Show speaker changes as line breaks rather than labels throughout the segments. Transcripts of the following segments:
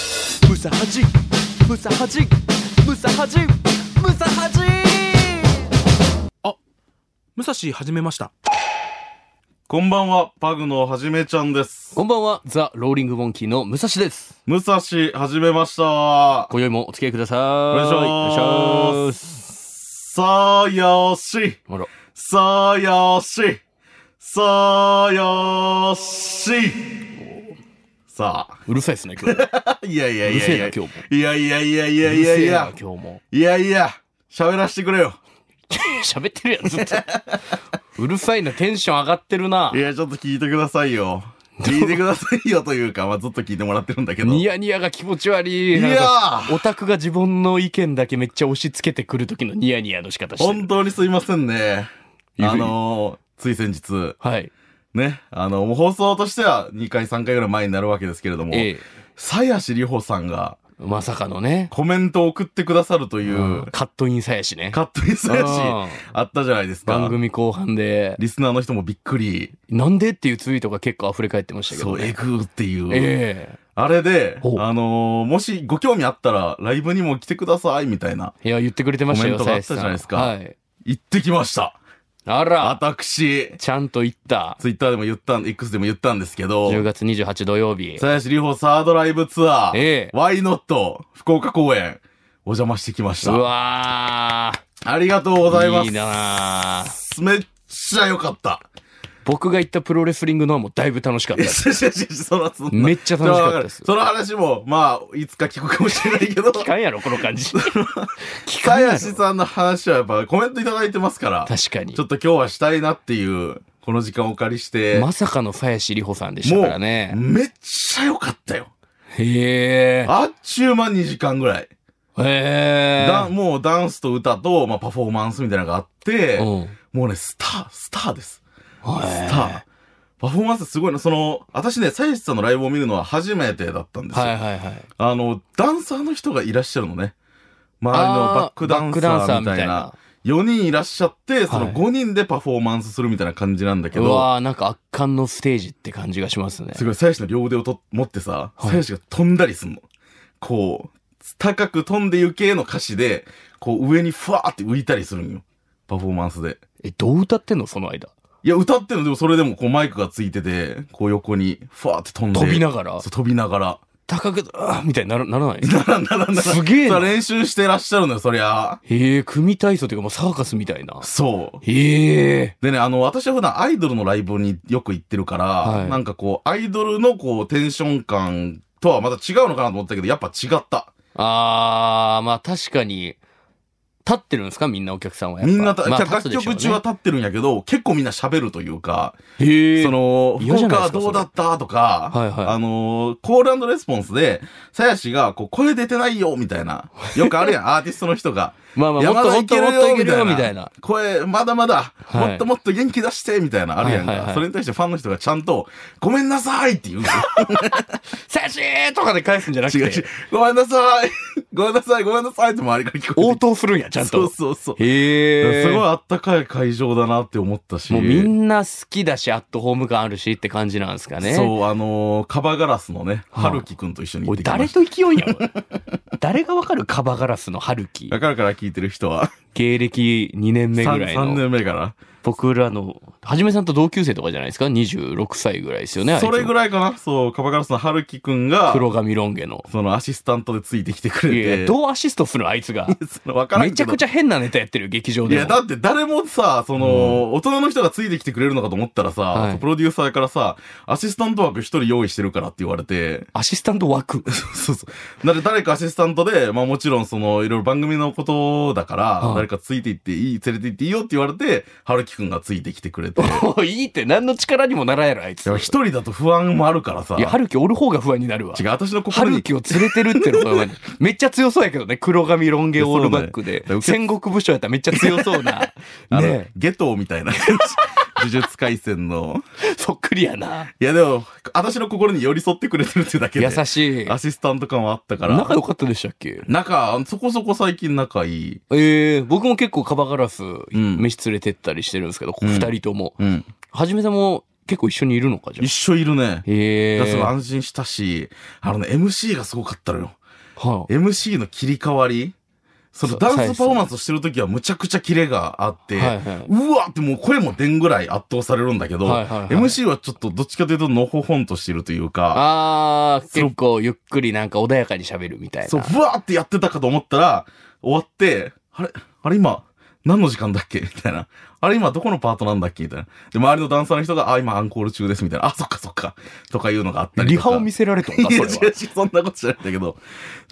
サハジムサハジムサハジムサハジ
武蔵始めました
こんばんは、パグのはじめちゃんです。
こんばんは、ザ・ローリング・モンキーの武蔵です。
武蔵、はじめました。お
今宵もお付き合いください。
願
お
いし
願
ま
いしま
す。
す。
さあよし、
あら、
さあよし、さあよし。さ
うるさいですね、今日。
あ。いやいや
う
い
るせ
やい
えな、
や。
今日も。
いやいやいやい やいや
うる
い
せえな
や
今。日も。
いやいや、喋らせてくれよ。。
喋ってるやん、ずっと。うるさいな、テンション上がってるない
や、ちょっと聞いてください よ。聞いてくださいよというか、まあ、ずっと聞いてもらってるんだけど。
ニヤニヤが気持ち悪い。
いや
なんか
ー
オタクが自分の意見だけめっちゃ押し付けてくる時のニヤニヤの仕方して
本
る。
当にすいませんね。
いる
あのー、つい先日、
はい。
ね、あの、もう放送としては2回3回ぐらい前になるわけですけれども、
ええ。
鞘師里穂さんが
まさかのね。
コメントを送ってくださるという、
うんカットインさやしね。
カットイン鞘
あ
師あったじゃないですか。
番組後半で、
リスナーの人もびっくり、
なんでっていうツイートが結構溢れ返ってましたけ
そ
ど
う、え
ね。
ぐーっていう。
ええ。
あれで、
ほう
あのーもしご興味あったら、ライブにも来てください、みたいな。
いや、言ってくれてましたよ、
コメントがあった
さやしさん
じゃないですか
はい。
行ってきました。
あら、
私、
ちゃんと言った。
ツイッターでも言ったん、X でも言ったんですけど、
10月28土曜日。
鞘師里穂サードライブツアー、
ええ
Why Not 福岡公演、お邪魔してきまし
う
た。
わ
ありがとうございま
ー。
す。
いいなー
めっちゃ良かった。
僕が行ったプロレスリングのはもうだいぶ楽しかっ
い
た
や
で
い
す。
やいやいやそらそんな
めっちゃ楽しかったです
その話も、まあ、いつか聞くかもしれないけど、
聞かんやろ、この感じ。聞かんやろ
鞘師さんの話はやっぱコメントいただいてますから、
確かに
ちょ。っと今日はしたいなっていう、この時間をお借りして、
まさかの鞘師里穂さんでしたからね。
めっちゃ良かったよ。
へえ。
あっちゅう間2時間ぐらい。
へ
だもうダンスと歌と、まあ、パフォーマンスみたいなのがあって、
え。うん。
もうね、スター、スターです。
へ
ス
え
ター。パフォーマンスすごいな。その、私ね、鞘師さんのライブを見るのは初めてだったんですよ。
はいはいはい。
あの、ダンサーの人がいらっしゃるのね。周りの
あー
バックダン
バックダン
サ
サ
ーみ
ーみ
た
た
い
い
な。
な
4人いらっしゃって、そ
は
の
い
5人でパフォーマンスするみたいな感じなんだけ
う
ど、
わー、なんか圧巻のステージって感じがしますね。
すごい、鞘師の両腕をと持ってさ、鞘師が飛んだりすんの。こう、高く飛んで行けの歌詞で、こう上にふわーって浮いたりするんよ。パフォーマンスで。
え、どう歌ってんのその間。
いや、歌ってんの、でもそれでもこうマイクがついてて、こう横にふわーって飛んで。
飛びながら
そう、飛びながら。
高く、あーみたいにならならない
ならならなら。
すげえな
それ練習してらっしゃるのよ、そりゃ。
へえ、組体操というかもうサーカスみたいな。
そう。
へえ。
でね、あの、私は普段アイドルのライブによく行ってるから、
はい
なんかこう、アイドルのこう、テンション感とはまた違うのかなと思ったけど、やっぱ違った。
あー、まあ確かに、立ってるんですかみんなお客さんはやっぱ。
みんなた、
まあ
楽曲中は、立ってるんやけど、結構みんな喋るというか、
立つでしょうねへえ。
その、
嫌
福
じゃな
岡
いで
は
すか
どうだったとか、
それはいはい
あの、コールレスポンスで、さやしが、こう、声出てないよ、みたいな。よくある やん、アーティストの人が。
まあまあ、も
山
っと
田
も
い
っと
け
も
る
っといける
よ
よ、
み
み
た
た
い
い
な
な。。
声、まだまだ、
はい
もっともっと元気出して、みたいな、あるやん
はいはいは
か。
い
それに対してファンの人がちゃんと、ごめんなさいって言う。
セシーとかで返すんじゃなく
違う違う
て、。
ごめんなさい。ごめんなさい。ごめんなさいって周りから聞こえて
応答するんや、ちゃん
そ
と。
うそうそう。
へえ。
すごいあったかい会場だなって思ったし。
もうみんな好きだし、アットホーム感あるしって感じなんですかね。
そう、あのーカバガラスのね、
はい
はるきくんと一緒に行っ
俺
てきま
誰
した。
と勢いんやん。 俺誰がわかるカバガラスの春樹
わ。かるから聞いてる人は、
芸歴2年目ぐ
三
らい
三
の。
年目から。
僕らの、はじめさんと同級生とかじゃないですか ?26 歳ぐらいですよね。
それぐら
らい
いかなそう、カバガラスのはるきくんが
つ。、黒髪ロン毛の。
そのアシスタントでついてきてくれ
いやい
て。
や、どうアシストするのあいつが。
その わからん
めちゃくち
ゃ。
ゃ変なネタやってるよ劇場
い
でも。
や、だって誰もさ、その、大人の人がついてきてくれるのかと思ったらさ、
はい
プロデューサーからさ、アシスタント枠一人用意してるからって言われ て、
アシスタント枠。
そうそう。なので誰かアシスタントで、まあもちろんその、いろいろ番組のことだから、
はい
誰かついていっていい、連れて行っていいよって言われて、はるきくんがついてきてくれて。い
もういいって何の力にもならんやろ、あいつ。
や一人だと不安もあるからさ。
いや、春樹おる方が不安になるわ
違。う、私の
春
心
樹
に。
を連れてるっての が、めっちゃ強そうやけどね。黒髪ロン毛
いや
オールバックで
そうなん。や
戦国武将やったらめっちゃ強そうな。
あの、
ね
ゲトウみたいな 感じ。呪術廻戦の。
えそっくりやな。
いやでも、私の心に寄り添ってくれてるってだけで。
優しい。
アシスタント感はあったから。
仲良かったでしたっけ
仲、そこそこ最近仲いい。
ええ僕も結構カバガラス、
ん
飯連れてったりしてるんですけど、ここ
うん
二人とも。
うん。
はじめさんも結構一緒にいるのか、じゃあ
一緒いるね。
ええ
だからすごい安心したし、あのね、MC がすごかったのよ。
は
MC の切り替わり、その
そう
ダンスパフォーマンスをしてる時はむちゃくちゃキレがあって、
はいはいう
わってもう声も出んぐらい圧倒されるんだけど、
はいはいはい
MC はちょっとどっちかというとのほほんとしてるというか、
ああ、結構ゆっくりなんか穏やかに喋るみたいな。
そう、ふわーってやってたかと思ったら、終わって、あれ、あれ今、何の時間だっけ みたいな。あれ今どこのパートなんだっけみたいな。で、周りのダンサーの人が、あ、今アンコール中です。みたいな。あ、そっかそっか。とかいうのがあったり
リ
とか。
ハを見せられたんだ、
い
そ
や
れ
違う違うそんなことじゃないんだけど。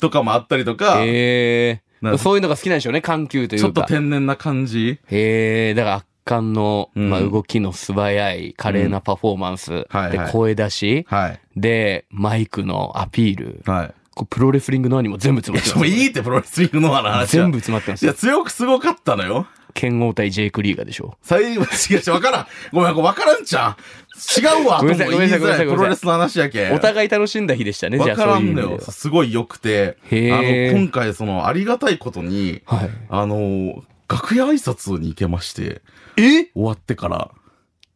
とかもあったりとか、
は。へ
なん
え。
か
そういうのが好きなんでしょうね、緩急とい
ちょっ
う
と
か。
天然な感じ。
へえ、だから圧巻の、
うん
まあ、動きの素早い華麗なパフォーマンス、
はい
で
はい
声出し、
はい。
でマイクのアピール、
はい。
こうプロレスリングのにも全部詰
い
ま
や、
って
ちょ、
ま
い
す。
いってプロレスリングの話は
全部。詰まってま
い
す
や、。強くすごかったのよ。
剣王対ジェイク・リーガーでしょ。
最 後、違う違う、わからん。ごめん、わからんちゃう。違うわ、と
ご
も
め
言
ん
い
なさいごめんなさい
づらい
ごめんなさいごめんなさい
プロレスの話やけん。
お互い楽しんだ日でしたね、じゃ
わ
あ
か
そう
ら
いうん意味
の
で
よ。
は。
すごい良くて。あ
へー
の、今回、その、ありがたいことに、
はい。
あの、楽屋挨拶に行けまして、
え
終わってから。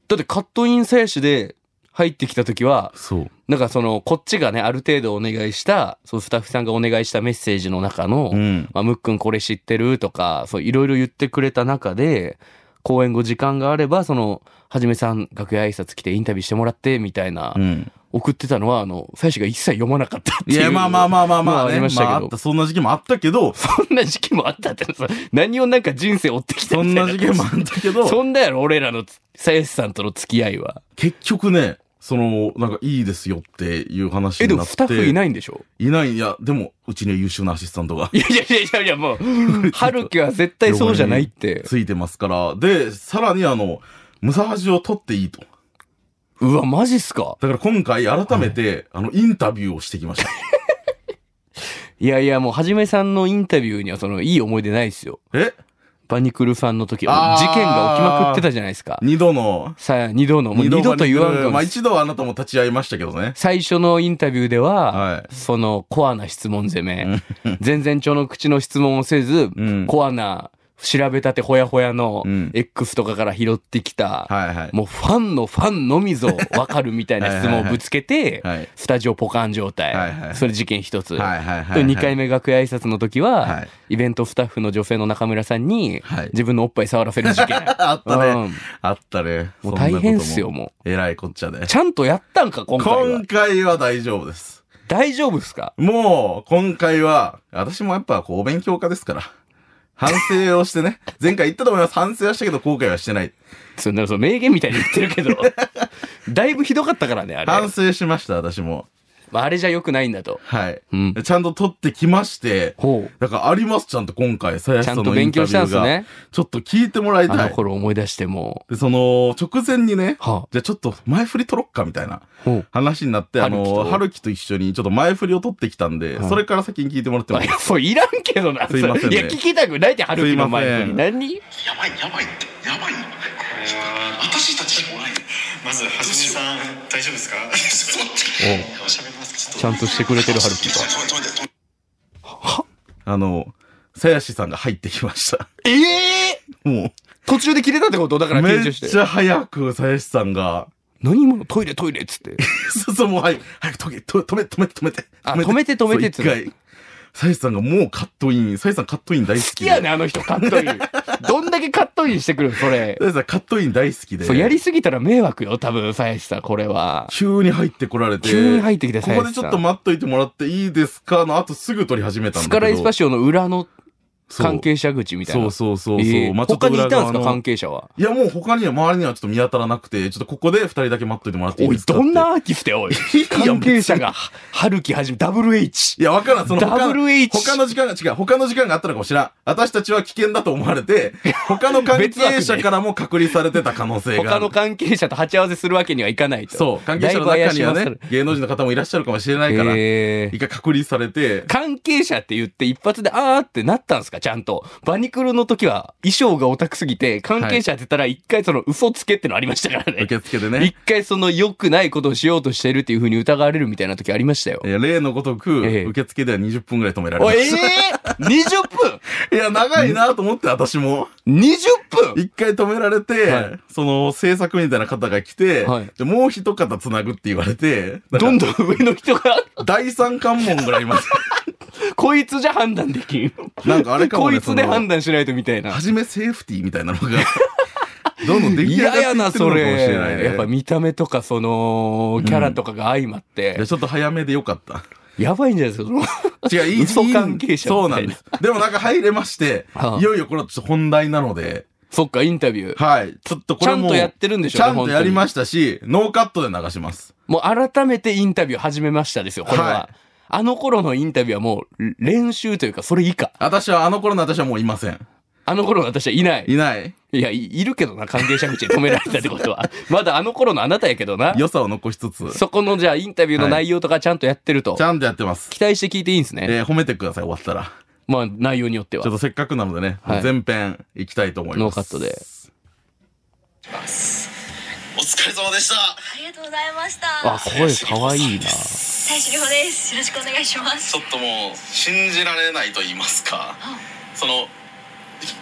だってカットイン鞘師で入ってきた時は、
そう。
なんかその、こっちがね、ある程度お願いした、そのスタッフさんがお願いしたメッセージの中の、
うん。
まあ、むっくんこれ知ってるとか、そういろいろ言ってくれた中で、公演後時間があれば、その、はじめさん楽屋挨拶来てインタビューしてもらって、みたいな、
うん。
送ってたのは、あの、鞘師が一切読まなかったって
い
いう。
や、まあ まあまあまあまあ
のはあり
ね。
ましたけ
まあ、
ど
あった、そんな時期もあったけど、
そんな時期もあったってさ、何をなんか人生追ってきた
そん
みたい
な事件もあったけど、
そんなやろ、俺らの、鞘師さんとの付き合いは。
結局ね、その、なんかいいですよっていう話
え、
に
で
な
も
って。
スタッフいないんでしょ
いない、いや、でも、うちには優秀なアシスタントが
いやいやいやいや、も う、春樹は絶対そうじゃない って。
ついてますから。で、さらにあの、ムサハジを取っていいと。
うわ、マジっすか
だから今回改めて、あの、インタビューをしてきました。
いやいや、もう、はじめさんのインタビューには、その、いい思い出ないっすよ。
え
バニクルさんの時、事件
あー
が起きまくってたじゃないですか。
二度の、
さあ、二度の、もう二度と言わん
の。
か
ま
も
あ。一度はあなたも立ち会いましたけどね。
最初のインタビューでは、
はい
そのコアな質問攻め、 全然長の口の質問をせず、
ん
コアな調べたてほやほやの
うん
X とかから拾ってきた、
はいはい。、
もうファンのファンのみぞわかるみたいな質問をぶつけて
はい
スタジオポカン状態。
はいはい
それ事件一つ。
はいはいはい。
と2回目楽屋挨拶の時は、
はい
イベントスタッフの女性の中村さんに、
はい
自分のおっぱい触らせる事件。
あった
うん
ね。あったね。
もう大変
そ
っ
んなこと
すよ、も
えらいこっちゃで
う。。ちゃんとやったんか、今回は
今。回は大丈夫です。
大丈夫っすか
もう、今回は、私もやっぱこう、お勉強家ですから。反省をして ね。前回言ったと思います。反省はしたけど、後悔はしてない。
そんな、その名言みたいに言って るけど、だいぶひどかったからね、あれ。
反省しました、私も。
まあ、あれじゃ良くないんだと。
はい。
うん
ちゃんと取ってきまして。
ほう。
だからあります、ちゃんと今回、さやしさんの
ちゃんと勉強したんすね
インタビューがちょっと聞いてもらい
あ
た
の
い。
頃思い出しても。
で、その、直前にね、
は
じゃあちょっと前振り取ろっか、みたいな
あ。ほう。
話になって、あの、
は
は
る
るきと一緒にちょっと前振りを取ってきたんで、
はい
それから先に聞いてもらっても
あ
い
い
い
や、 そういらんけどな。
すいませんね
いや、聞きたくないって、春樹の前
す
に。
いま
何
やばいやばいってやばい
これ
よ
は
私たちじゃない
まずはじめさん大丈夫ですか
そっち
喋りますかちょっと
ちゃんとしてくれてる春樹
ちょ
が。
っと待ってちょっと待って
あの、さやしさんが入ってきました。
ええ
も
途中で切れたってことだか
う、
ら
め
緊
っ
張して
ち。ゃ早くさやしさんが、
何今のトイレトイレっつって。
そうそう、もう、はい、早く止め、止め、止めて、止めて。
あ止めて止めて
そう一回。さやしさんがもうカットイン、さやしさんカットイン大好
好
き
き
で。
やね、あの人、カットイ ン。どんだけカットインしてくるのそれ
さ。やしさんカットイン大好きで。
そう、やりすぎたら迷惑よ、多分、鞘師さん、これは。
急に入ってこられて。
急に入ってきて
こ
鞘師
こ
さん
でちょっと待っといてもらっていいですかの後すぐ撮り始めたんだ
ス
けど。
カライスパシオの裏の
そう
関係者口みたいな。
そうそうそうそう。
えー
まあちょっと
他にいたんです
裏側の
か、関係者は。
いや、もう他には、周りにはちょっと見当たらなくて、ちょっとここで二人だけ待っといてもらっていい
おい
です、かって
どんなアーティストや、おい。
いや
関係者が、春樹はじめ、WH。
いや、わからん。その他の
WH
他の時間が違う。他の時間があったのかもしらん。私たちは危険だと思われ て、他の関係者からも隔離されてた可能性があ
他
る。
の関係者と鉢合わせするわけにはいかないと。
そう。関係者の中には
だいぶ怪しま
ね、芸能人の方もいらっしゃるかもしれないから、
えー
一回隔離されて、
関係者って言って一発であーってなったんですかちゃんと。バニクルの時は衣装がオタクすぎて、関係者って言ったら一回その嘘つけってのありましたからね。
受付でね
一、回その良くないことをしようとしてるっていう風に疑われるみたいな時ありましたよ。
えー例のごとく、
ええ
受付では20分ぐらい止められま
おい、え
し
ー、!20 分
た。 いや、長いなと思って、私も。
!20 分
一回止められて、
はい
その制作みたいな方が来て、
はい
でもう一方つなぐって言われて、
どん
ど
どん上の人が
ん第三関門ぐらいまで
こいつじゃ判断できん。
なんかあれかも
こ
ね
いつで
その
判断しないとみたいな
は。じめセーフティーみたいなのが、 どんどん出来上がっ
嫌
てい
やな、
ってる
そ
のかもしれない
れ。
ね。
やっぱ見た目とか、その、キャラとかが相まっ
い
て
や、。ちょっと早めでよかった。
やばいんじゃないですか、その。
違う、いい、
嘘関係者みたいな
そうなんです。でもなんか入れま して
は、あ
いよいよこれはちょっと本題なので、
そっか、インタビュー。
はい。ちょっとこれも。
ちゃんとやってるんでしょうね
ちゃんとやりましたし、ノーカットで流します。
もう改めてインタビュー始めましたですよ、これは。
はい
あの頃のインタビューはもう練習というか、それ以下。
私は、あの頃の私はもういません。
あの頃の私はいない。
いない。
いや、いいるけどな、関係者口に止められたってこ とは。まだあの頃のあなたやけどな。
良さを残しつつ、ち
そこのじゃあインタビューの内容とかちゃんとやってると。
ゃんとやってます。
期待して聞いていいんですね。
えー褒めてください、終わったら。
まあ内容によっては
ちょっ。とせっかくなのでね、
はい
前編行きたいと思いま
ノー
す。
カットで。
お疲れ様でした
ありがとうございました。
あ、声か わいいな。
大志亮です。よろしくお願いします。
ちょっともう信じられないと言いますかその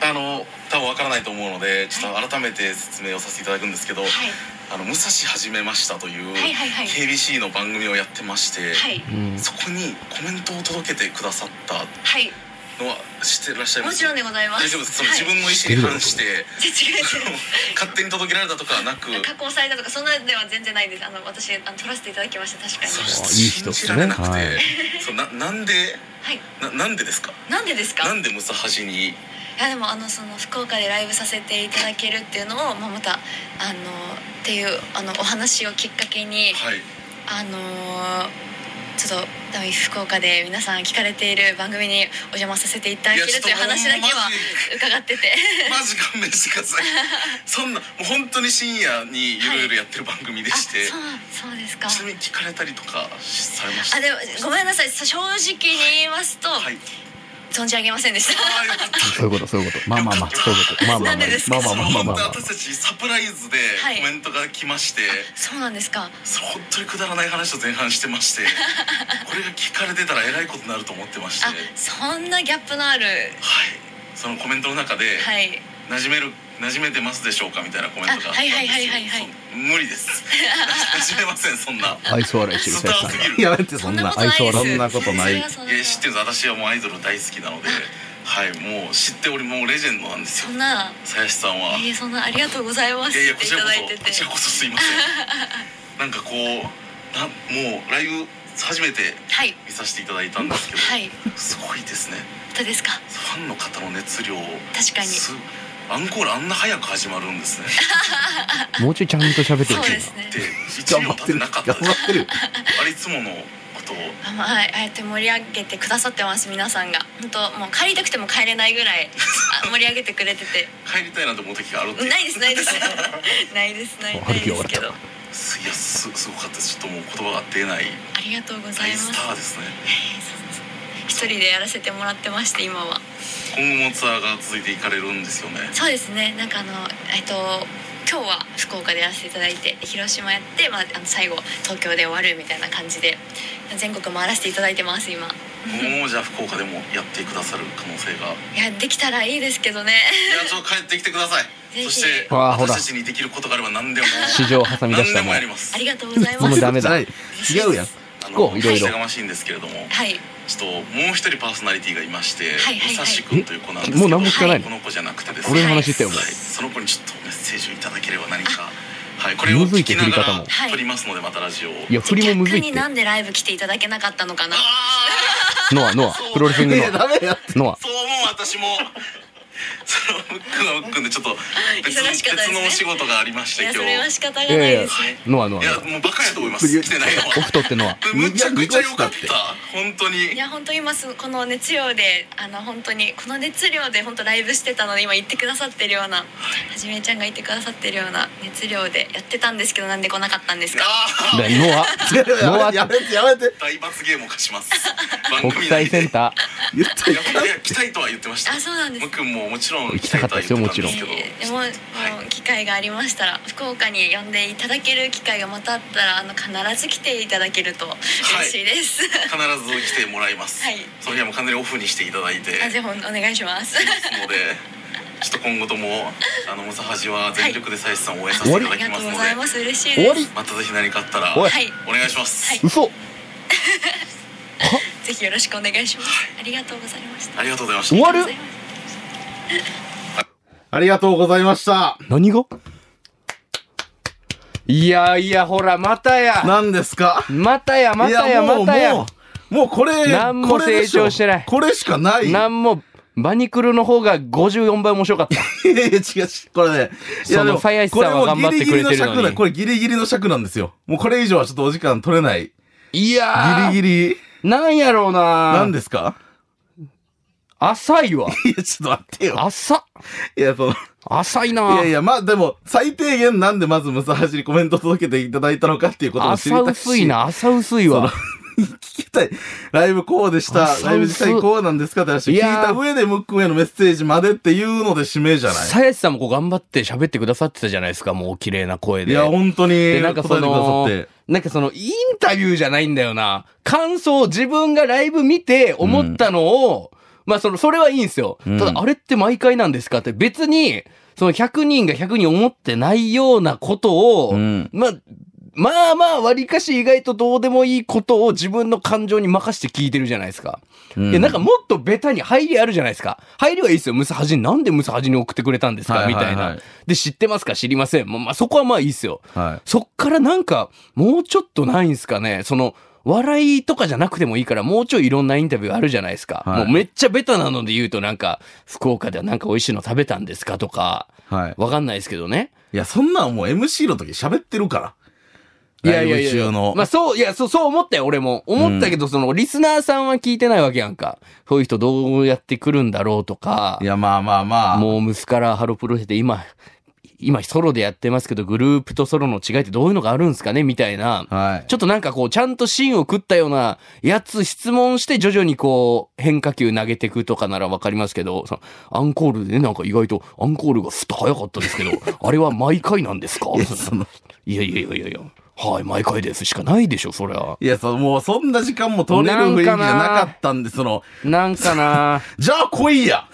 あの多分わからないと思うのでちょっと改めて説明をさせていただくんですけど、
はい。
あの武蔵始めましたという
はいはいはい
KBC の番組をやってまして、
はい。
うん。
そこにコメントを届けてくださった
はい。
のは知ってらっしゃいま
も
す
ちろんでございます。
大丈夫です、
はい、
その自分の意思に反して
違う違う違う
勝手に届けられたとかはなく
加工されたとかそんなでは全然ないです。あの私あの撮らせていただきました確かに。
そ
は
して
いい人
信
っす
じ
ね
られなくて、
はい
そうななんで
い。
ななんでですか
なんでですか。
なんでムサハジに
いやでもあのその福岡でライブさせていただけるっていうのをまあまたあのっていうあのお話をきっかけに。
はい
あのーちょっと多分福岡で皆さん聞かれている番組にお邪魔させていただけるという話だけは伺ってて
マジ勘弁してくだ さいそんなもう本当に深夜にゆるゆるやってる番組で
あ
して、
そうそうですか
ちなみに聞かれたりとかされました
あでもごめんなさいさ正直に言いますと、
はい
存じ上げませんでした
あーよかった
そういうこと、そういうこと。
まあまあまあ、そういうこと。まあまあ
なんでです
ま
か
あまあまあまあまあまあ。
本当私たちサプライズで
はい
コメントが来まして、
そうなんですか
そう本当にくだらない話を前半してま してこれが聞かれてたらえらいことになると思ってまして
あ
はい
そんなギャップのある
そのコメントの中で
はい
「馴染める馴染めてますでしょうか?」みたいなコメントがあったんです
あはいはいはいはいはい
よそう無理です馴染めませんそんな
愛想笑いして
スターすぎる
やめて、そ
そ
ん
んな
な
こ。とないです
そんなことない
それ がそんない
や知ってるんです私はもうアイドル大好きなのではいもう知っておりもうレジェンドなんです
そ
よ
んな
鞘師さんはい
えそんなありがとうございます
やいや
っ
こ
てい
ち
た
らこ
だいて
そこ
て
ちらこそすいませんなんかこうなもうライブ初めて
はい
見させていただいたんですけど、
はい
すごいですね
どうですか
ファンの方の熱量
確かに
すアンコールあんな早く始まるんですね
もうちょいちゃんと喋って
そう
ほしい
で
な。
すね
で1
頑
秒
張っ
経ってて
る。
なか
頑
ったです
張って る。
あれいつものことを
あまあはいああやって盛り上げてくださってます皆さんが本当もう帰りたくても帰れないぐらいあ盛り上げてくれてて
帰りたいなと思う時があるっていう
ないですないです ないですないないですけどあ
すいやすすごかったですちょっともう言葉が出ない
りがとうござい
大
ます
スターですね
一人でやらせてもらってまして今は
今後もツアーが続いていかれるんですよね
そうですねなんかあのえっと今日は福岡でやらせていただいて広島やって、まあ、あの最後東京で終わるみたいな感じで全国回らせていただいてます今
今後もじゃあ福岡でもやってくださる可能性が
いやできたらいいですけどね
いやちょっと帰ってきてください
ぜひ
そして
わあほら
私たちにできることがあれば何でも
市場挟み出
何
したも
でも
ん
や。ります
ありがとうございま
もう
す
ダメだ
違うやん。
あ
こういろいろ
お聞きがましいんですけれども
はい
ちょっともう一人パーソナリティがいまして
はいはいはい
武蔵君という子なんですけ
も
ど
う何も聞かないの
この子じゃなくてです
俺の話してよ、も
は
う
い、。その子にちょっとメッセージをいただければ何かはいこれを
むずい
聞
って
きな
振
が
り方
ら
も
はい
撮りますのでまたラジオを
いや、振りもむずいっ
逆に
て。
なんでライブ来ていただけなかったのかな
ああ
ノア、ノア、プロレスリング
い
ノ
や、ダメやって。
ア。ノア。
そう思う私も そのムックはムックんでちょっと別
忙しかったです
別
ね
のお仕事がありまし
い
て今
や
日
それは仕方がない
いやいや
ですね、、
ノア、ノア
い。やもうバカやと思います来てないの
オ
は
フトってノア。
むちゃくちゃ良かっ
濁す
た本当に
いや本当今すこの熱量であの本当にこの熱量で本当ライブしてたので今言ってくださってるようなはじめちゃんが言ってくださってるような熱量でやってたんですけどなんで来なかったんですか
ああ
だノア。ノア
やめて、やめて。
大罰ゲームを課 します
国際セン
ー
タ
言った
い
ら
や
いかん
いや来たいとは言ってました
あそうなんです
ムックんももちろん
行きたかったですよ
行きたいとは言ってたんですけ
えーで
ど
ももう機会がありましたら福岡に呼んでいただける機会がまたあったらあの必ず来ていただけると嬉しいです、
必ず来てもらいます
はい
それはもう完全にオフにしていただいて
あぜひお願いします
ですのでちょっと今後ともあのムサハジは全力でサイスさんを応援させていた
あ
だ
り
き
が
ま
と
す
う
ので
ございます嬉しい
終
で
わ
す
り
またぜひ何かあったら
おい
はい
お願いします、
はい
嘘
ぜひよろしくお願いしますありがとうございました
ありがとうございました
終わる
ありがとうございます
ありがとうございました。
何がいやいや、ほら、またや
何ですか
またや、また
い
や、
もう
またや
もう、もうこれ、
何も
これでょ
成長してない
これしかない。
なんも、バニクルの方が54倍面白かった。
いやいや、違う違う、これね。いや
その
でも
ファイアイスさんは頑張ってくれ
こもギ
てるのに
リギリの尺だこれギリギリの尺なんですよ。もうこれ以上はちょっとお時間取れない。
いやー、
ギリギリ。
なんやろうな
何ですか
浅いわ。
いや、ちょっと待ってよ。
浅っ
いや、その、
浅いない
やいや、まあでも、最低限なんでまずムサハジにコメント届けていただいたのかっていうことを知り
浅
たく
薄い。な、浅薄いわ。
聞きたい。ライブこうでした
浅。薄
ライブ自体こうなんですかって話を聞いた上でムックンへのメッセージまでっていうので指名じゃない
さやしさんもこう頑張って喋ってくださってたじゃないですか、もう綺麗な声
い
で。
や、本当に。
で、なんかそ
答
の
えてくださって、
なんかその、インタビューじゃないんだよな。感想を自分がライブ見て思ったのを、まあその、それはいいんですよ。
ん
ただ、あれって毎回なんですかって、別に、その100人が100人思ってないようなことを、
うん
まあ、まあまあ、割かし意外とどうでもいいことを自分の感情に任せて聞いてるじゃないですか。いや、なんかもっとベタに入りあるじゃないですか。入りはいいですよ。ムサハジン、なんでムサハジンに送ってくれたんです
は
か
い
み
はい
た
はい
いな。で、知ってますか知りません。まあ、まあ、そこはまあいいですよ。
はい。
そっからなんか、もうちょっとないんすかねその、笑いとかじゃなくてもいいから、もうちょいいろんなインタビューあるじゃないですか。
はい
もうめっちゃベタなので言うとなんか、福岡ではなんか美味しいの食べたんですかとか、
はい。
わかんないですけどね。
いや、そんなんもう MC の時喋ってるから。
いやいやいや
ライブ中の。
まあそう、いや、そう、そう思ったよ、俺も。思ったけど、その、リスナーさんは聞いてないわけやんか。そういう人どうやって来るんだろうとか
い。や、まあまあまあ。
もう息子からハロプロしてて今、今ソロでやってますけど、グループとソロの違いってどういうのがあるんですかねみたいな。
はい。
ちょっとなんかこう、ちゃんと芯を食ったようなやつ質問して徐々にこう、変化球投げてくとかならわかりますけど、そのアンコールでね、なんか意外とアンコールがふっと早かっ たですけど、あれは毎回なんですかいやいやいやいやいや、はい、毎回ですしかないでしょ、そりゃ。
いや、そもうそんな時間も取れる雰囲気じゃなかったんで、その、
なんかな
じゃあ来いや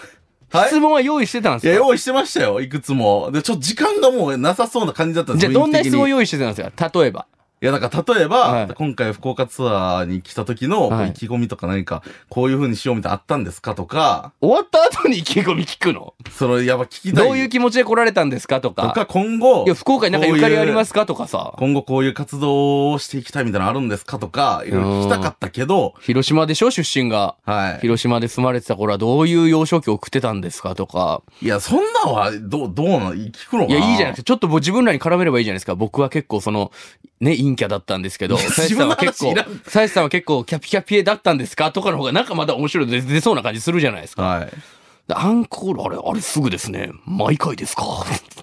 はい
質問は用意してたん
い
で
や、
すか
用意してましたよ、いくつも。で、ちょっと時間がもうなさそうな感じだったん
じ
です
ゃあどんな
雰囲気
質
的に
問用意してたんですか例えば。
いや、だから例えば、
はい
今回福岡ツアーに来た時の
はい
意気込みとか何か、こういう風にしようみたいなのあったんですかとか、
終わった後に意気込み聞くの
それやっぱ聞きたい。
どういう気持ちで来られたんですかと
と
か。
か、今後。
いや、福岡になんかゆかりあり
こういう
ますかとかさ。
今後こういう活動をしていきたいみたいなのあるんですかとか、いろいろ聞きたかったけど、
広島でしょ出身が。
はい。
広島で住まれてた頃はどういう幼少期を送ってたんですかとか。
いや、そんなんは、どう、どうなの聞くの
い
かな
や、いいじゃないですか。ちょっともう自分らに絡めればいいじゃないですか。僕は結構その、ね、陰キャだったんですけど、さやしさんは結構
自分の話いら、
さやしさんは結構キャピキャピエだったんですかとかの方がなんかまだ面白いの出出そうな感じするじゃないですか。
は
でアンコール、あれ、あれすぐですね。毎回で すか。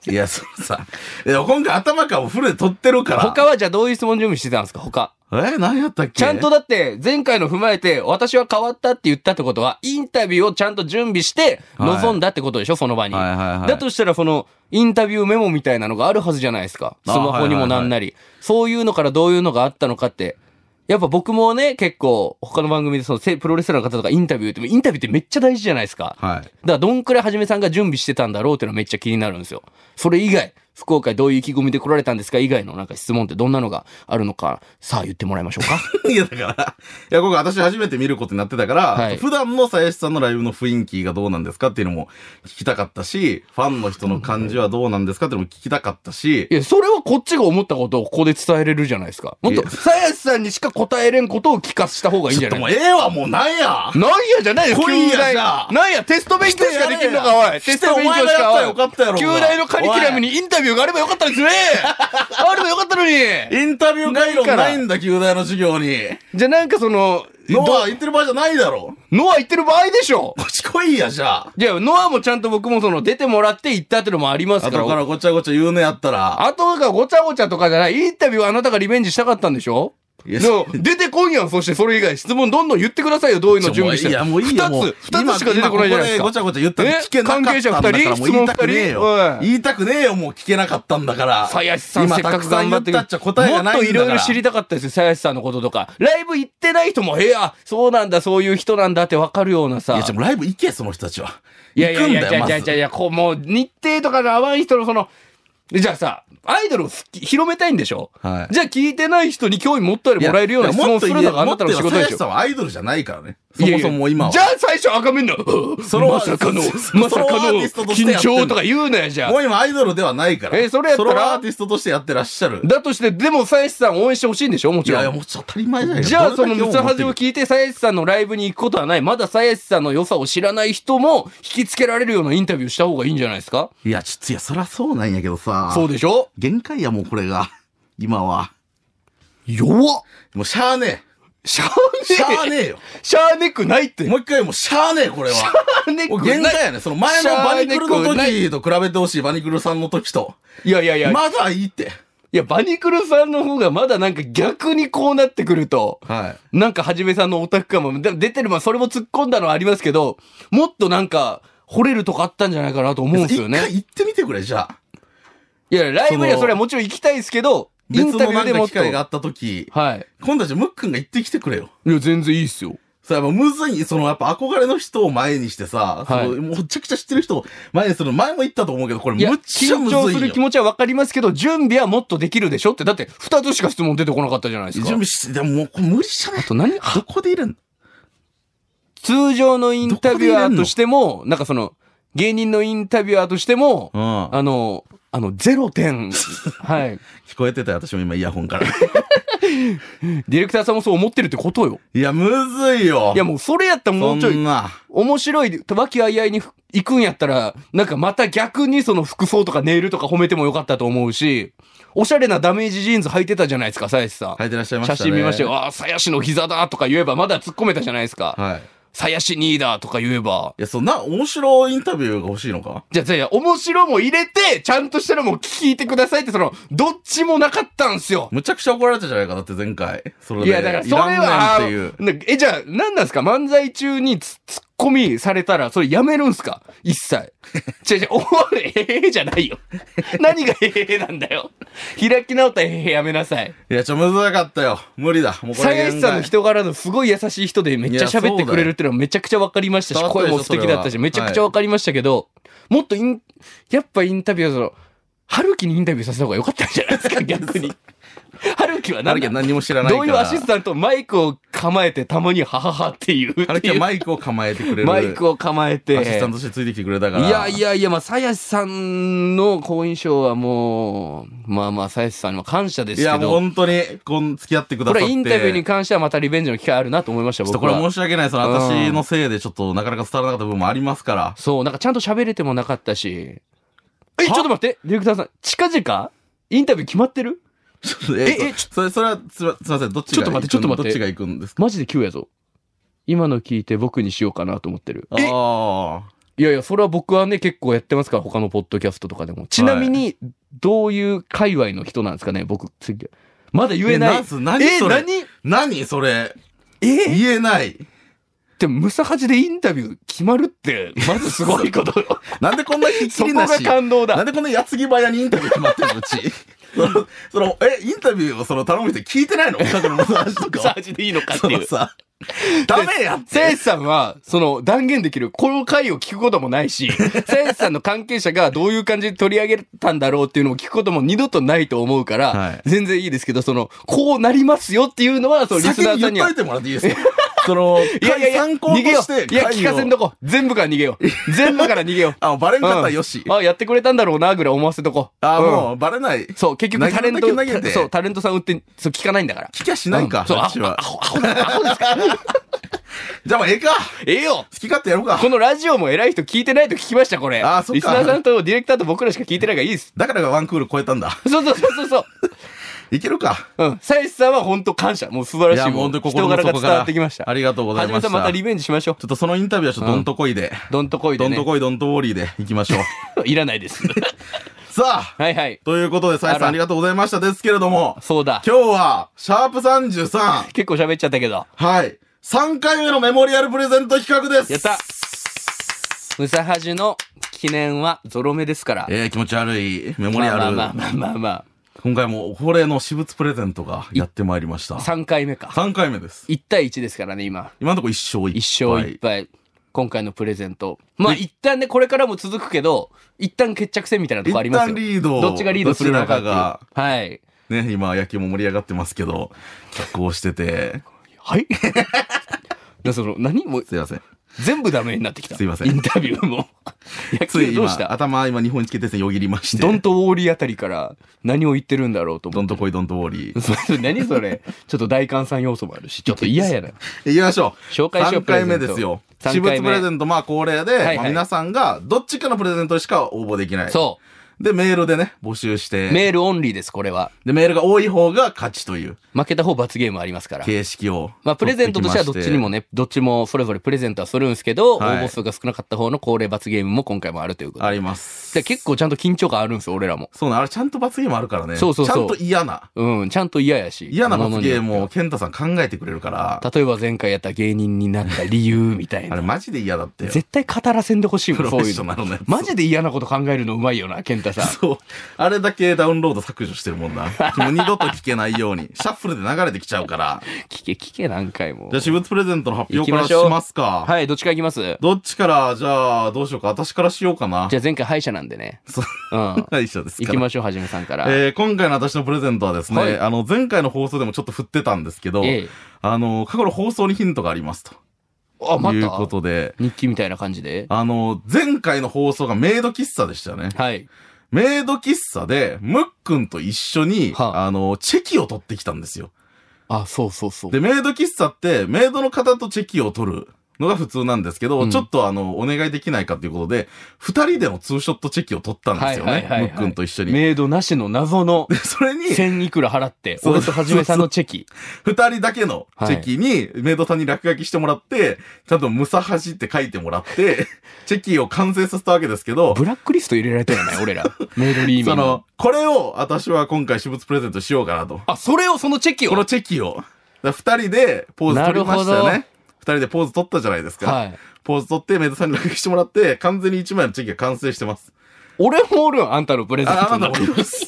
い。いや、そうさ。いや、今回頭からもフルで撮ってるから。
他はじゃあどういう質問準備してたんですか他。
え、何やったっけ
ちゃんとだって、前回の踏まえて、私は変わったって言ったってことは、インタビューをちゃんと準備して、
はい
臨んだってことでしょ、その場に。
はいはいはい
だとしたら、その、インタビューメモみたいなのがあるはずじゃないですか。ス
あ
マホにもなんなり。そういうのからどういうのがあったのかって。やっぱ僕もね、結構、他の番組でその、せプロレスラーの方とかインタビューって、インタビューってめっちゃ大事じゃないですか。
は
だからどんくらいはじめさんが準備してたんだろうっていうのはめっちゃ気になるんですよ。それ以外、福岡へどういう意気込みで来られたんですか以外のなんか質問ってどんなのがあるのか、さあ言ってもらいましょうか。
い。いや、だから、いや、今回私初めて見ることになってたから、
はい
普段の鞘師さんのライブの雰囲気がどうなんですかっていうのも聞きたかったし、ファンの人の感じはどうなんですかっていうのも聞きたかったし、
いや、それはこっちが思ったことをここで伝えれるじゃないですか。もっ
い
と、
や
さやしさんにしか答えれんことを聞かせた方がいい
ち
んじ
ょ
ゃ
っと
ない
もうええわ、もうなんや
なんやじゃないよ、
来いや
旧大
じゃあ
なんや、テスト勉強しかできるのか、おい。テスト勉強しか、
お前がやったらよかったやろ
旧大のカリキュラムにインタビューがあればよかったですね。 あればよかったのに。
インタビュー回路ないんだ、旧大の授業に。
じゃあなんかその、
ノ
ど
ア言ってる場合じゃないだろ。
ノア言ってる場合でしょ。
こっち来いや、じゃあ。
いや、ノアもちゃんと僕もその、出てもらって行ったってのもありますか
後から
ら。
ごちゃごちゃ言うのやったら。
あとがごちゃごちゃとかじゃない、インタビューはあなたがリベンジしたかったんでしょ
いや
でも出てこんやん、そしてそれ以外質問どんどん言ってくださいよ、どういうの準備して
い
る
や、もういいよ。も
二
う
つ、二つしか出てこないじゃないです
今ここでご
か
ち。ゃごちゃ言ったら
え
聞けなかったんだから。
関係者二人
もう言いたくねえ
質問二
よ
人。おい
言いたくねえよ、もう聞けなかったんだから。
さやしさん
今
せっか
た
く
さん
頑張って
言ったっちゃ答えがないんだ
も
か
っ
ら。
といろいろ知りたかったですよ、さやしさんのこととか。ライブ行ってない人も、へえあそうなんだ、そういう人なんだってわかるようなさ。
いや、じゃあもうライブ行け、その人たちは。
いやいやいや、
行くん
じゃ
だよ
じ
ま
ゃ
ず
じゃじゃこう、もう日程とかの合わん人のその、でじゃあさ、アイドルを好き広めたいんでしょ
はい。
じゃあ聞いてない人に興味持ったりもらえるような質
いやも
問
っと
す
言
る
え
のがあなたの仕
も
事
っ
で
と言えば鞘師
し
さ
ょ
んはアイドルじゃないからね。そもそも今は。
いやいやじゃあ最初赤面だ
その
まさかの、
その
まさか
そのアー
の
ティストとして
緊
やってんの
張とか言うなよ、じゃあ
も。う今アイドルではないから。
えそれやったら
ソロアーティストとしてやってらっしゃる。
だとして、でも、鞘師さん応援してほしいんでしょも
い
ち
やい
ろ
や、
ん。
もうちょっと当たり前だよ。
じゃあ、その
どれ
ム
だけ
サ
思っ
ハ
て
ジ
る
を聞いて、鞘師さんのライブに行くことはない。まだ鞘師さんの良さを知らない人も、引きつけられるようなインタビューした方がいいんじゃないですか
いや、ちょっと、いや、そりゃそうなんやけどさ。
そうでしょ
限界や、もうこれが。今は。
弱っ
もうしゃあね
シャ
え。しゃ
ー
あ
ネ
ねえよ。
ーシャーネックないって。
もう一回もうしゃあねえ、これは。
ネ
もう限界やね。その前のバニクルの時と比べてほしい、バニクルさんの時と。
いやいやいや、
まだいいって。
いや、バニクルさんの方がまだなんか逆にこうなってくると、
はい。
なんかはじめさんのオタク感も、で出てる、まあそれも突っ込んだのはありますけど、もっとなんか、惚れるとかあったんじゃないかなと思うんですよ
一回
ね。
行ってみてくれ、じゃあ。
いや、ライブ
そ
には
の
それはもちろん行きたいですけど、イ
別
ンタ
の
ビュ
な
ーで
ん
も
か
っ
機
と。
会があった時、
はい。
今度はじゃあムックンが行ってきてくれよ。
いや、全然いいっすよ。
さ、やっぱむずい、そのやっぱ憧れの人を前にしてさ、
はい
そのもうめちゃくちゃ知ってる人を前にするの前も言ったと思うけど、これ
いや、
むっちゃ
緊
むず
張す
い
る
よ
気。持ちはわかりますけど、準備はもっとできるでしょって、だって二つしか質問出てこなかったじゃないです
準
か。
備して、でももうこれ無理じゃない
あと何
どこでいるん
通常のインタビュアーとしても、なんかその、芸人のインタビュアーとしても、
うん。
あの、あの、ゼロ 点。はい。
聞こえてたよ、私も今イヤホンから。
ディレクターさんもそう思ってるってことよ。
いや、むずいよ。
いや、もうそれやったらも
そう
ちょ
ん
い、
な。
面白い、和気あいあいに行くんやったら、なんかまた逆にその服装とかネイルとか褒めてもよかったと思うし、おしゃれなダメージジーンズ履いてたじゃないですか、さやしさん。
履いてらっしゃいました
写
ね。
真見ましたよ。ああ、さやしの膝だとか言えばまだ突っ込めたじゃないですか。
はい。い
さやしにーだとか言えば。
や、そんな、面白いインタビューが欲しいのか
じゃあ、じゃあ、面白も入れて、ちゃんとしたのも聞いてくださいって、その、どっちもなかったんすよ。
むちゃくちゃ怒られたじゃないか、だって前回。それで。
いや、だから、それ
いら
は、
んねんっていう。
なえ、じゃあ、何なんすか漫才中にツツッコミされたら、それやめるんすか一切。じゃじゃ、 お前、へへじゃな いよ。何がへへなんだよ。開き直ったへへやめなさい。
いや、ちょ、むずかったよ。無理だ。もうこ
さ
れ
や
限界。
しさんの人柄のすごい優しい人でめっちゃ喋ってくれるっていうのはめちゃくちゃ分かりました
いや
し、
そうだ
声
よ
も素敵だっ
そ
た
れ
し、
は
めちゃくちゃ分かりましたけど、もっとイン、やっぱインタビューはその、春樹にインタビューさせた方が良かったんじゃないですか、逆 に。春樹は
なる
何な
け
ん
ど何も知らないか
ど
ら。
ういうアシスタントマイクを構えてたまにはははっていう
あれ
って
今日マイ
いう
クを構えてくれる。
マイクを構えて。
アシスタントとしてついてきてくれたから。
いやいやいや、まあ、さやしさんの好印象はもう、まあまあ、さやしさんにも感謝で
い
すけ
や、もう
ど、
本当に、こん、付き合ってくだ
こ
さって。
れインタビューに関してはまたリベンジの機会あるなと思いました、
ちょっと
僕
これは
は
申。し訳ない。その、
うん
私のせいでちょっとなかなか伝わらなかった部分もありますから。
そう、なんかちゃんと喋れてもなかったし。え、ちょっと待って、ディレクターさん、近々インタビュー決まってる
え
え
え、それ、それは、すみません、どっちが
ちょっと待ってちょっと待っ
ど
て
っちが行くんですか
マジで急やぞ。今の聞いて僕にしようかなと思ってる。
ああ。
いやいや、それは僕はね、結構やってますから、他のポッドキャストとかでも。ちなみに、どういう界隈の人なんですかね、僕、次。まだ言えない。
えなす何それ
え、何
何それ
え
言えない。
でも、ムサハジでインタビュー決まるって、まずすごい ことよ。
なんでこんなひっき
そこ
りな
が
し。
感動
なん
だ。
でこんな矢継ぎ早にインタビュー決まってるのうち。その、その、え、インタビューをその頼む人聞いてないの過去の話と
ムサ
か
ハジでいいのか
を。
って
そ
い
の
う。
さ、ダメやっ
せや
て。
しさんは、その、断言できる、この回を聞くこともな いし、せやしさんの関係者がどういう感じで取り上げたんだろうっていうのを聞くことも二度とないと思うから、
はい
全然いいですけど、その、こうなりますよっていうのは、その、リス
先
ナ
に
ーさんに
言っ
は
とい。てもらっていいですかその、
いやいやいや、
参考として
逃げようい
会議
や、聞
を
かせんとこ。全部から逃げよう。全部から逃げよう
。あ、バレんかったらよし
う。んあ、やってくれたんだろうな、ぐらい思わせとこ。
あ、
うん
もう、バレない。
そう、結局タレント
投げるだけ投げて、
そう、タレントさん売って、そう、聞かないんだから。
聞きゃしないか
う、んそう、
あ
ア
っち
ホ、ア
は。
ホ、アホだ、アホですから。
じゃあもうええか。
ええよ
好き勝手やろうか。
このラジオも偉い人聞いてないと聞きました、これ。
あそっか
リスナーさんとディレクターと僕らしか聞いてないからいいです。
だからワンクール超えたんだ。
そうそうそうそ うそう。
いけるか。
うん。さやしさんは本当感謝。もう素晴らしい。
もう本当に心
人
の
柄が
底
伝
か
わ
ら
ってきました。
ありがとうございました
はじめさんまたリベンジしましょ
ちょっとそのインタビューはちょっとどんとこいで、
う。どんとこいで
ど
ね。
んとこいどんとウォーリーで行きましょう。
い。らないです。
さあ、
はいはい。
ということで、さや
あ
さん
ら
ありがとうございましたですけれども、
そうだ。
今日は、シャープ33、
結構喋っちゃったけど。
はい、3回目のメモリアルプレゼント企画です。
やったムサハジの記念はゾロ目ですから。
えー、気持ち悪いメモリアル。
まあまあまあまあまあま
今回も恒例の私物プレゼントがやってまいりました
あ。。3回目か。
3回目です。
1対1ですからね、今。
今のところ1勝1敗。
1勝1敗。今回のプレゼント。まあ一旦ね、これからも続くけど、一旦決着戦みたいなとこあり
一
ます
旦
よ。
リードを
どっちがリードするのかっていう
どちらか
はい。
が、ね、今野球も盛り上がってますけど、拮抗してて、
はいなその何もう
すいません。
全部ダメになってきた。
すいません
インタビューも。 野
つ
球
い
どう
今
し、た
頭今日本一決定戦よぎりまして、
ドンとウォーリーあたりから何を言ってるんだろうと
ど
思っ
ん
て
と。こいどんとウォーリー。
それ 何それちょっと大換算要素もあるし、ちょっと嫌やな。
行きましょう。
紹介しよう
3回目
プレ
で
ゼント
すよ。
三
私
回目
物プレゼント、まあ恒例で、
はいはい
まあ皆さんがどっちかのプレゼントしか応募できない。。
そう
で、メールでね、募集し
う。
て、
メールオンリーです、これは。
で、メールが多い方が勝ちという
負けた方罰ゲームありますから。
形式を。
まあ、プレゼントとしてはどっちにも
ね。
ね、どっちもそれぞれプレゼントはするんですけど、
はい
応募数が少なかった方の恒例罰ゲームも今回もあるということ
あ
で。
ります。
で結構ちゃんと緊張感あるんですよ、俺らも。
そうね、あれちゃんと罰ゲームあるからね。
そうそうそう
ちゃんと嫌な。
うん、ちゃんと嫌やし。
嫌な
も
罰
のによ
ゲ
っ
ー
て
ムを
は
健太さん考えてくれるから、
例えば前回やった芸人になった理由みたい
あ
な
れ。マジで嫌だってよ。
絶対語らせんでほしい
プ
もん、
ロ
そ
フ
う
ェッ
い
シ
う
ョ
の。
ナルのやつ。
マジで嫌なこと考えるのうまいよな、健太さん。
そう。あれだけダウンロード削除してるもんな。もう二度と聞けないように。シャッフルで流れてきちゃうから。
聞け聞け何回も
じゃあ、。私物プレゼントの発
行
表
き
から
ま
し
しょう
ますか。
はい、どっちからいきます
どっちから、じゃあ、どうしようか。私からしようかな。
じゃあ前回敗者なんでね。
そう
うん。
はい、一緒です
行
か
き
ら。
ましょう、はじめさんから。
えー、今回の私のプレゼントはですね、
はい
あの、前回の放送でもちょっと振ってたんですけど、
ええ
あの、過去の放送にヒントがありますと。
あ、ま
いう
た
ことで、
日記みたいな感じで。
あの、前回の放送がメイド喫茶でしたね。
はい。
メイド喫茶で、ムックンと一緒に、
はあ
あの、チェキを取ってきたんですよ。
あ、そうそうそう。
で、メイド喫茶って、メイドの方とチェキを取るのが普通なんですけど、
うん
ちょっとあの、お願いできないかということで、二人でのツーショットチェキを取ったんですよ
はい
ね。
はいはい
ム
はい
ックンと一緒に。
メイドなしの謎 の
で、それに、
1000いくら払って、
そう
俺とはじめさんのチェキ。
二人だけのチェキに、メイドさんに落書きしてもらって、ちゃんとムサハジって書いてもら って、チェキを完成させたわけですけど、
ブラックリスト入れられたよね、俺ら。 メイドリーミ
そ
ング
の。、これを私は今回私物プレゼントしようかなと。
あ、それを、そのチェキを。
このチェキを。だから二人でポーズ取りましたよ
なる
ね。二人でポーズ取ったじゃないですか。
はい。
ポーズ取って、メイドさんに落書きしてもらって、完全に一枚のチェキが完成してます。
俺もおるん、あんたのプレゼン
あ、
ト
あな
の
たもいます。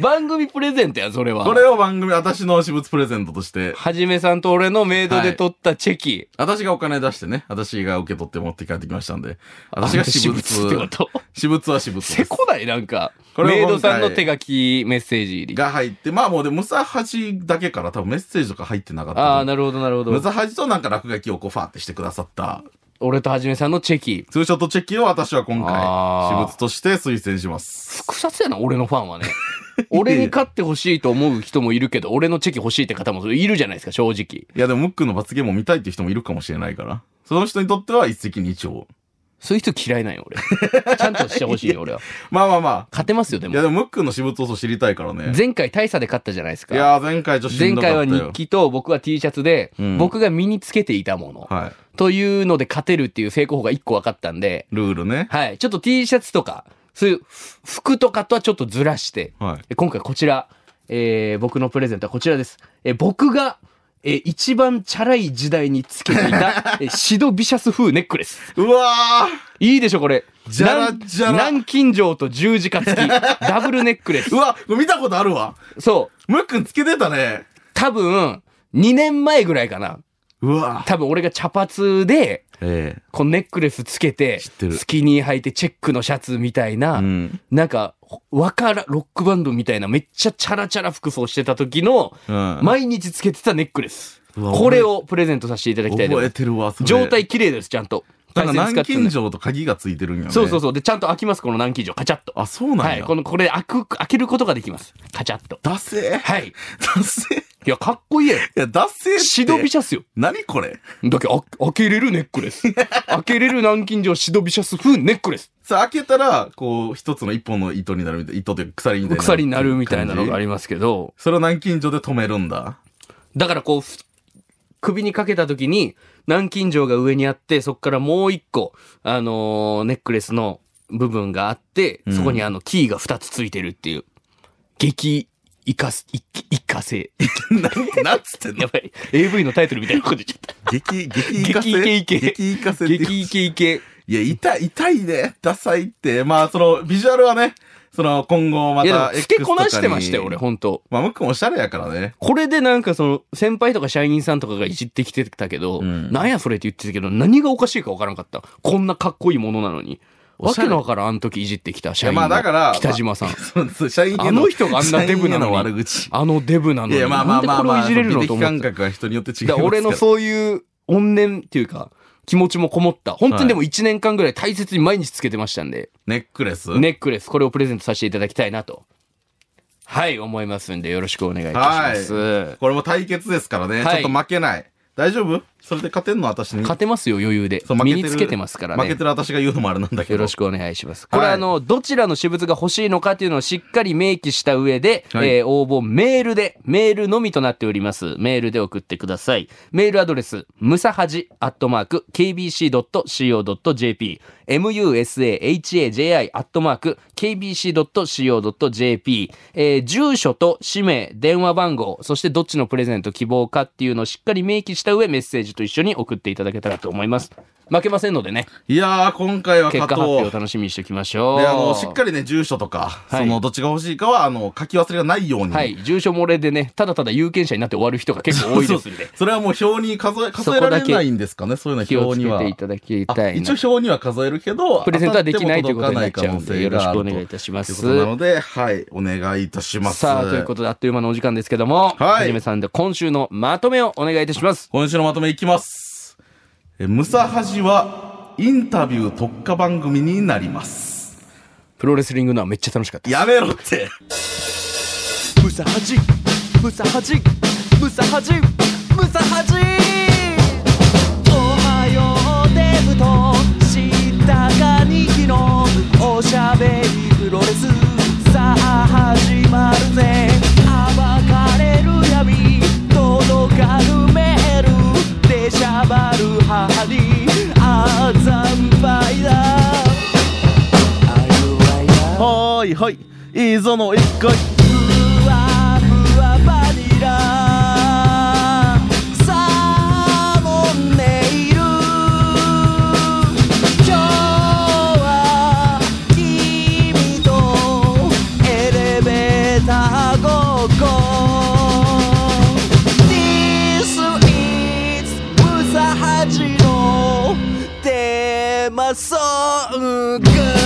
番組プレゼントや、それ は。
これを番組、私の私物プレゼントとして、
はじめさんと俺のメイドで取ったチェキ。
私がお金出してね、私が受け取って持って帰ってきましたんで、私が私物、
私物ってこと。
私物は私物
せ
です
こない、なんか。
これ
メイ
は
ド
今回
さんの手書きメッセージ入り。
が入って、まあもうで、ムサハジだけから多分メッセージとか入ってなかったと思う。
ああ、なるほど、なるほ
ム
ど。
サハジとなんか落書きをこうファーってしてくださった、
俺とはじめさんのチェキ。
ツーショットチェキを私は今回、
あー
私物として推薦します。
複雑やな、俺のファン はね。俺に勝ってほしいと思う人もいるけど、俺のチェキ欲しいって方もいるじゃないですか、正直。
いや、でもムックンの罰ゲームを見たいっていう人もいるかもしれないから、その人にとっては一石二鳥。
そういう人嫌いなん よ、俺。ちゃんとしてほしいよ、俺は。
まあまあまあ、
勝てますよ、で
いや
も。
でもムックンの私物をそう知りたいからね。
前回大差で勝ったじゃないです
い
か。
やー前回女子しん
前
どかっ
回
たよ
は日記と僕は T シャツで、
うん
僕が身につけていたもの
は
というので勝てるっていう成功法が1個分かったんで、
い。ルールね。
はい。ちょっと T シャツとか、そういうふ服とかとはちょっとずらして、
はい。
で今回こちら、えー僕のプレゼントはこちらです。えー僕が、えー一番チャラい時代につけてい た、えーシドビシャス風ネックレス。
うわ
いいでしょ、これ。
じゃら
南
じゃら
南京錠と十字架 付き、ダブルネックレス
ーう。わこれ見たことあるわ
そう。
ムックンつけてたね
多分、2年前ぐらいかな。
うわ
多分俺が茶髪で、
え
このネックレスつけて、
知ってる
スキニー履いてチェックのシャツみたいな、
えうん。
なんか、ほわから、ロックバンドみたいなめっちゃチャラチャラ服装してた時の、
うん。
毎日つけてたネックレス。
うわ
これをプレゼントさせていただきたいと
覚
思い
え
ます。
てるわ、それ
状態綺麗です、ちゃんと。
なんか
大切に使
南
ってたんで
京錠と鍵がついてるんやね。
そうそう
う。
そう。で、ちゃんと開きます、この南京錠。カチャッと。
あ、そうな
は
ん
い。
や
こ。の、これ開く、開けることができます。カチャッと。
ダセえ。
はい。い
ダセえ。い
や、かっこいいやろ。
や、ダセえって。
シドビシャスよ。
何これ
だけどあ開けれるネックレス。開けれる南京錠シドビシャス風ネックレス。
さあ、開けたら、こう、一つの一本の糸になるみたいな、糸というか鎖みたいな。
鎖になるみたいなのがあ
り
りますけど。
それを南京錠で止めるんだ。
だからこう、ふ首にかけた時に、南京錠が上にあって、そこからもう一個、あのーネックレスの部分があって、そこにあの、キーが二つついてるっていう。激、イカス、イキイカセ。
なんつってん
や
の
ばい。AV のタイトル みたいなこと言っちゃっ
激、激イカセ。
激イケイケ
激イカセ
た。
っていう
激イケイケ。
いや、痛い、痛いね。ダサいって。まあ、その、ビジュアルはね、その、今後ま
い
た
や、でも付けこなしてましたよ、
とか
俺、
に。
本当
まあ、むっくんおしゃれやからね。
これでなんかその、先輩とか社員さんとかがいじってきてたけど、
うん
なんやそれって言ってたけど、何がおかしいかわからんかった。こんなかっこいいものなのに。
お
わ
しゃれ
けのわからんあの時いじってきた
い
社
や、
員
まあ、だか
の
ら、
北島さん
まあ。そうそう社員へ
あの人があんなデブなのに
社員へ悪口。
あのデブなの
い
に。
や、まあまあまあま
なん
あ、
でこれをいじれるの
美
と思っ
感
て。
覚は人によって違いますか
だか
らら。
俺のそういう怨念っていうか、気持ちもこもった。本当にでも1年間ぐらい大切に毎日つけてましたんで、
ネックレス。
ネックレス、これをプレゼントさせていただきたいなと。はい、思いますんで、よろしくお願いいたします。
これも対決ですからね。
はい
ちょっと負けない。大丈夫それで勝てんの私に。
勝てますよ、余裕で
そう。負
身
けてる
につけてますからね。
負けてる私が言うのもあれなんだけど。
よろし
く。
くお願いします。
は
こ
い
れ、あの、どちらの私物が欲しいのかというのをしっかり明記した上で、
はい
えー応募メールで、メールのみとなっております。メールで送ってください。メールアドレス、ムサハジアットマーク、kbc.co.jp、musahaji アットマーク、kbc.co.jp、えー住所と氏名、電話番号、そしてどっちのプレゼント希望かっていうのをしっかり明記した上、メッセージと一緒に送っていただけたらと思います。負けませんのでね。
いやー、今回は
結
加
果発表を
藤。
楽しみにしておきましょう。
で、あの、しっかりね、住所とか、
はい
その、どっちが欲しいかは、あの、書き忘れがないように。
はい、住所漏れでね、ただただ有権者になって終わる人が結構多いですん
そ
で
う。それはもう表に数え、数えられないんですかねそういうの
気
は
を
表
つ
に
け
は
てい。ただき
あ
たいな。
一応表には数えるけど、
プレゼントはできないということになっちゃう
当た
ん
って
で、
も
よろ
届
し
か
くお
な可能性がある
願いいたしま
という
す
こ。となので、はい、お願いいたします。
さあ、ということで、あっという間のお時間ですけども、
はい
はじめさんで今週のまとめをお願いいたします。
今週のまとめいきます。えムサハジはインタビュー特化番組になります。
プロレスリングのはめっちゃ楽しかった。
やめろって。
ムサハジムサハジムサハジムサハジおはようデブとしたかにきのおしゃべりプロレスさあ始まるぜ暴かれる闇届かぬメールでしゃばる母にあざんぱいだ
はーいはい。いいぞの一回。
ふわふわバニラサーモンネイル今日は君とエレベーターごっこ This is ムサハジのテーマソング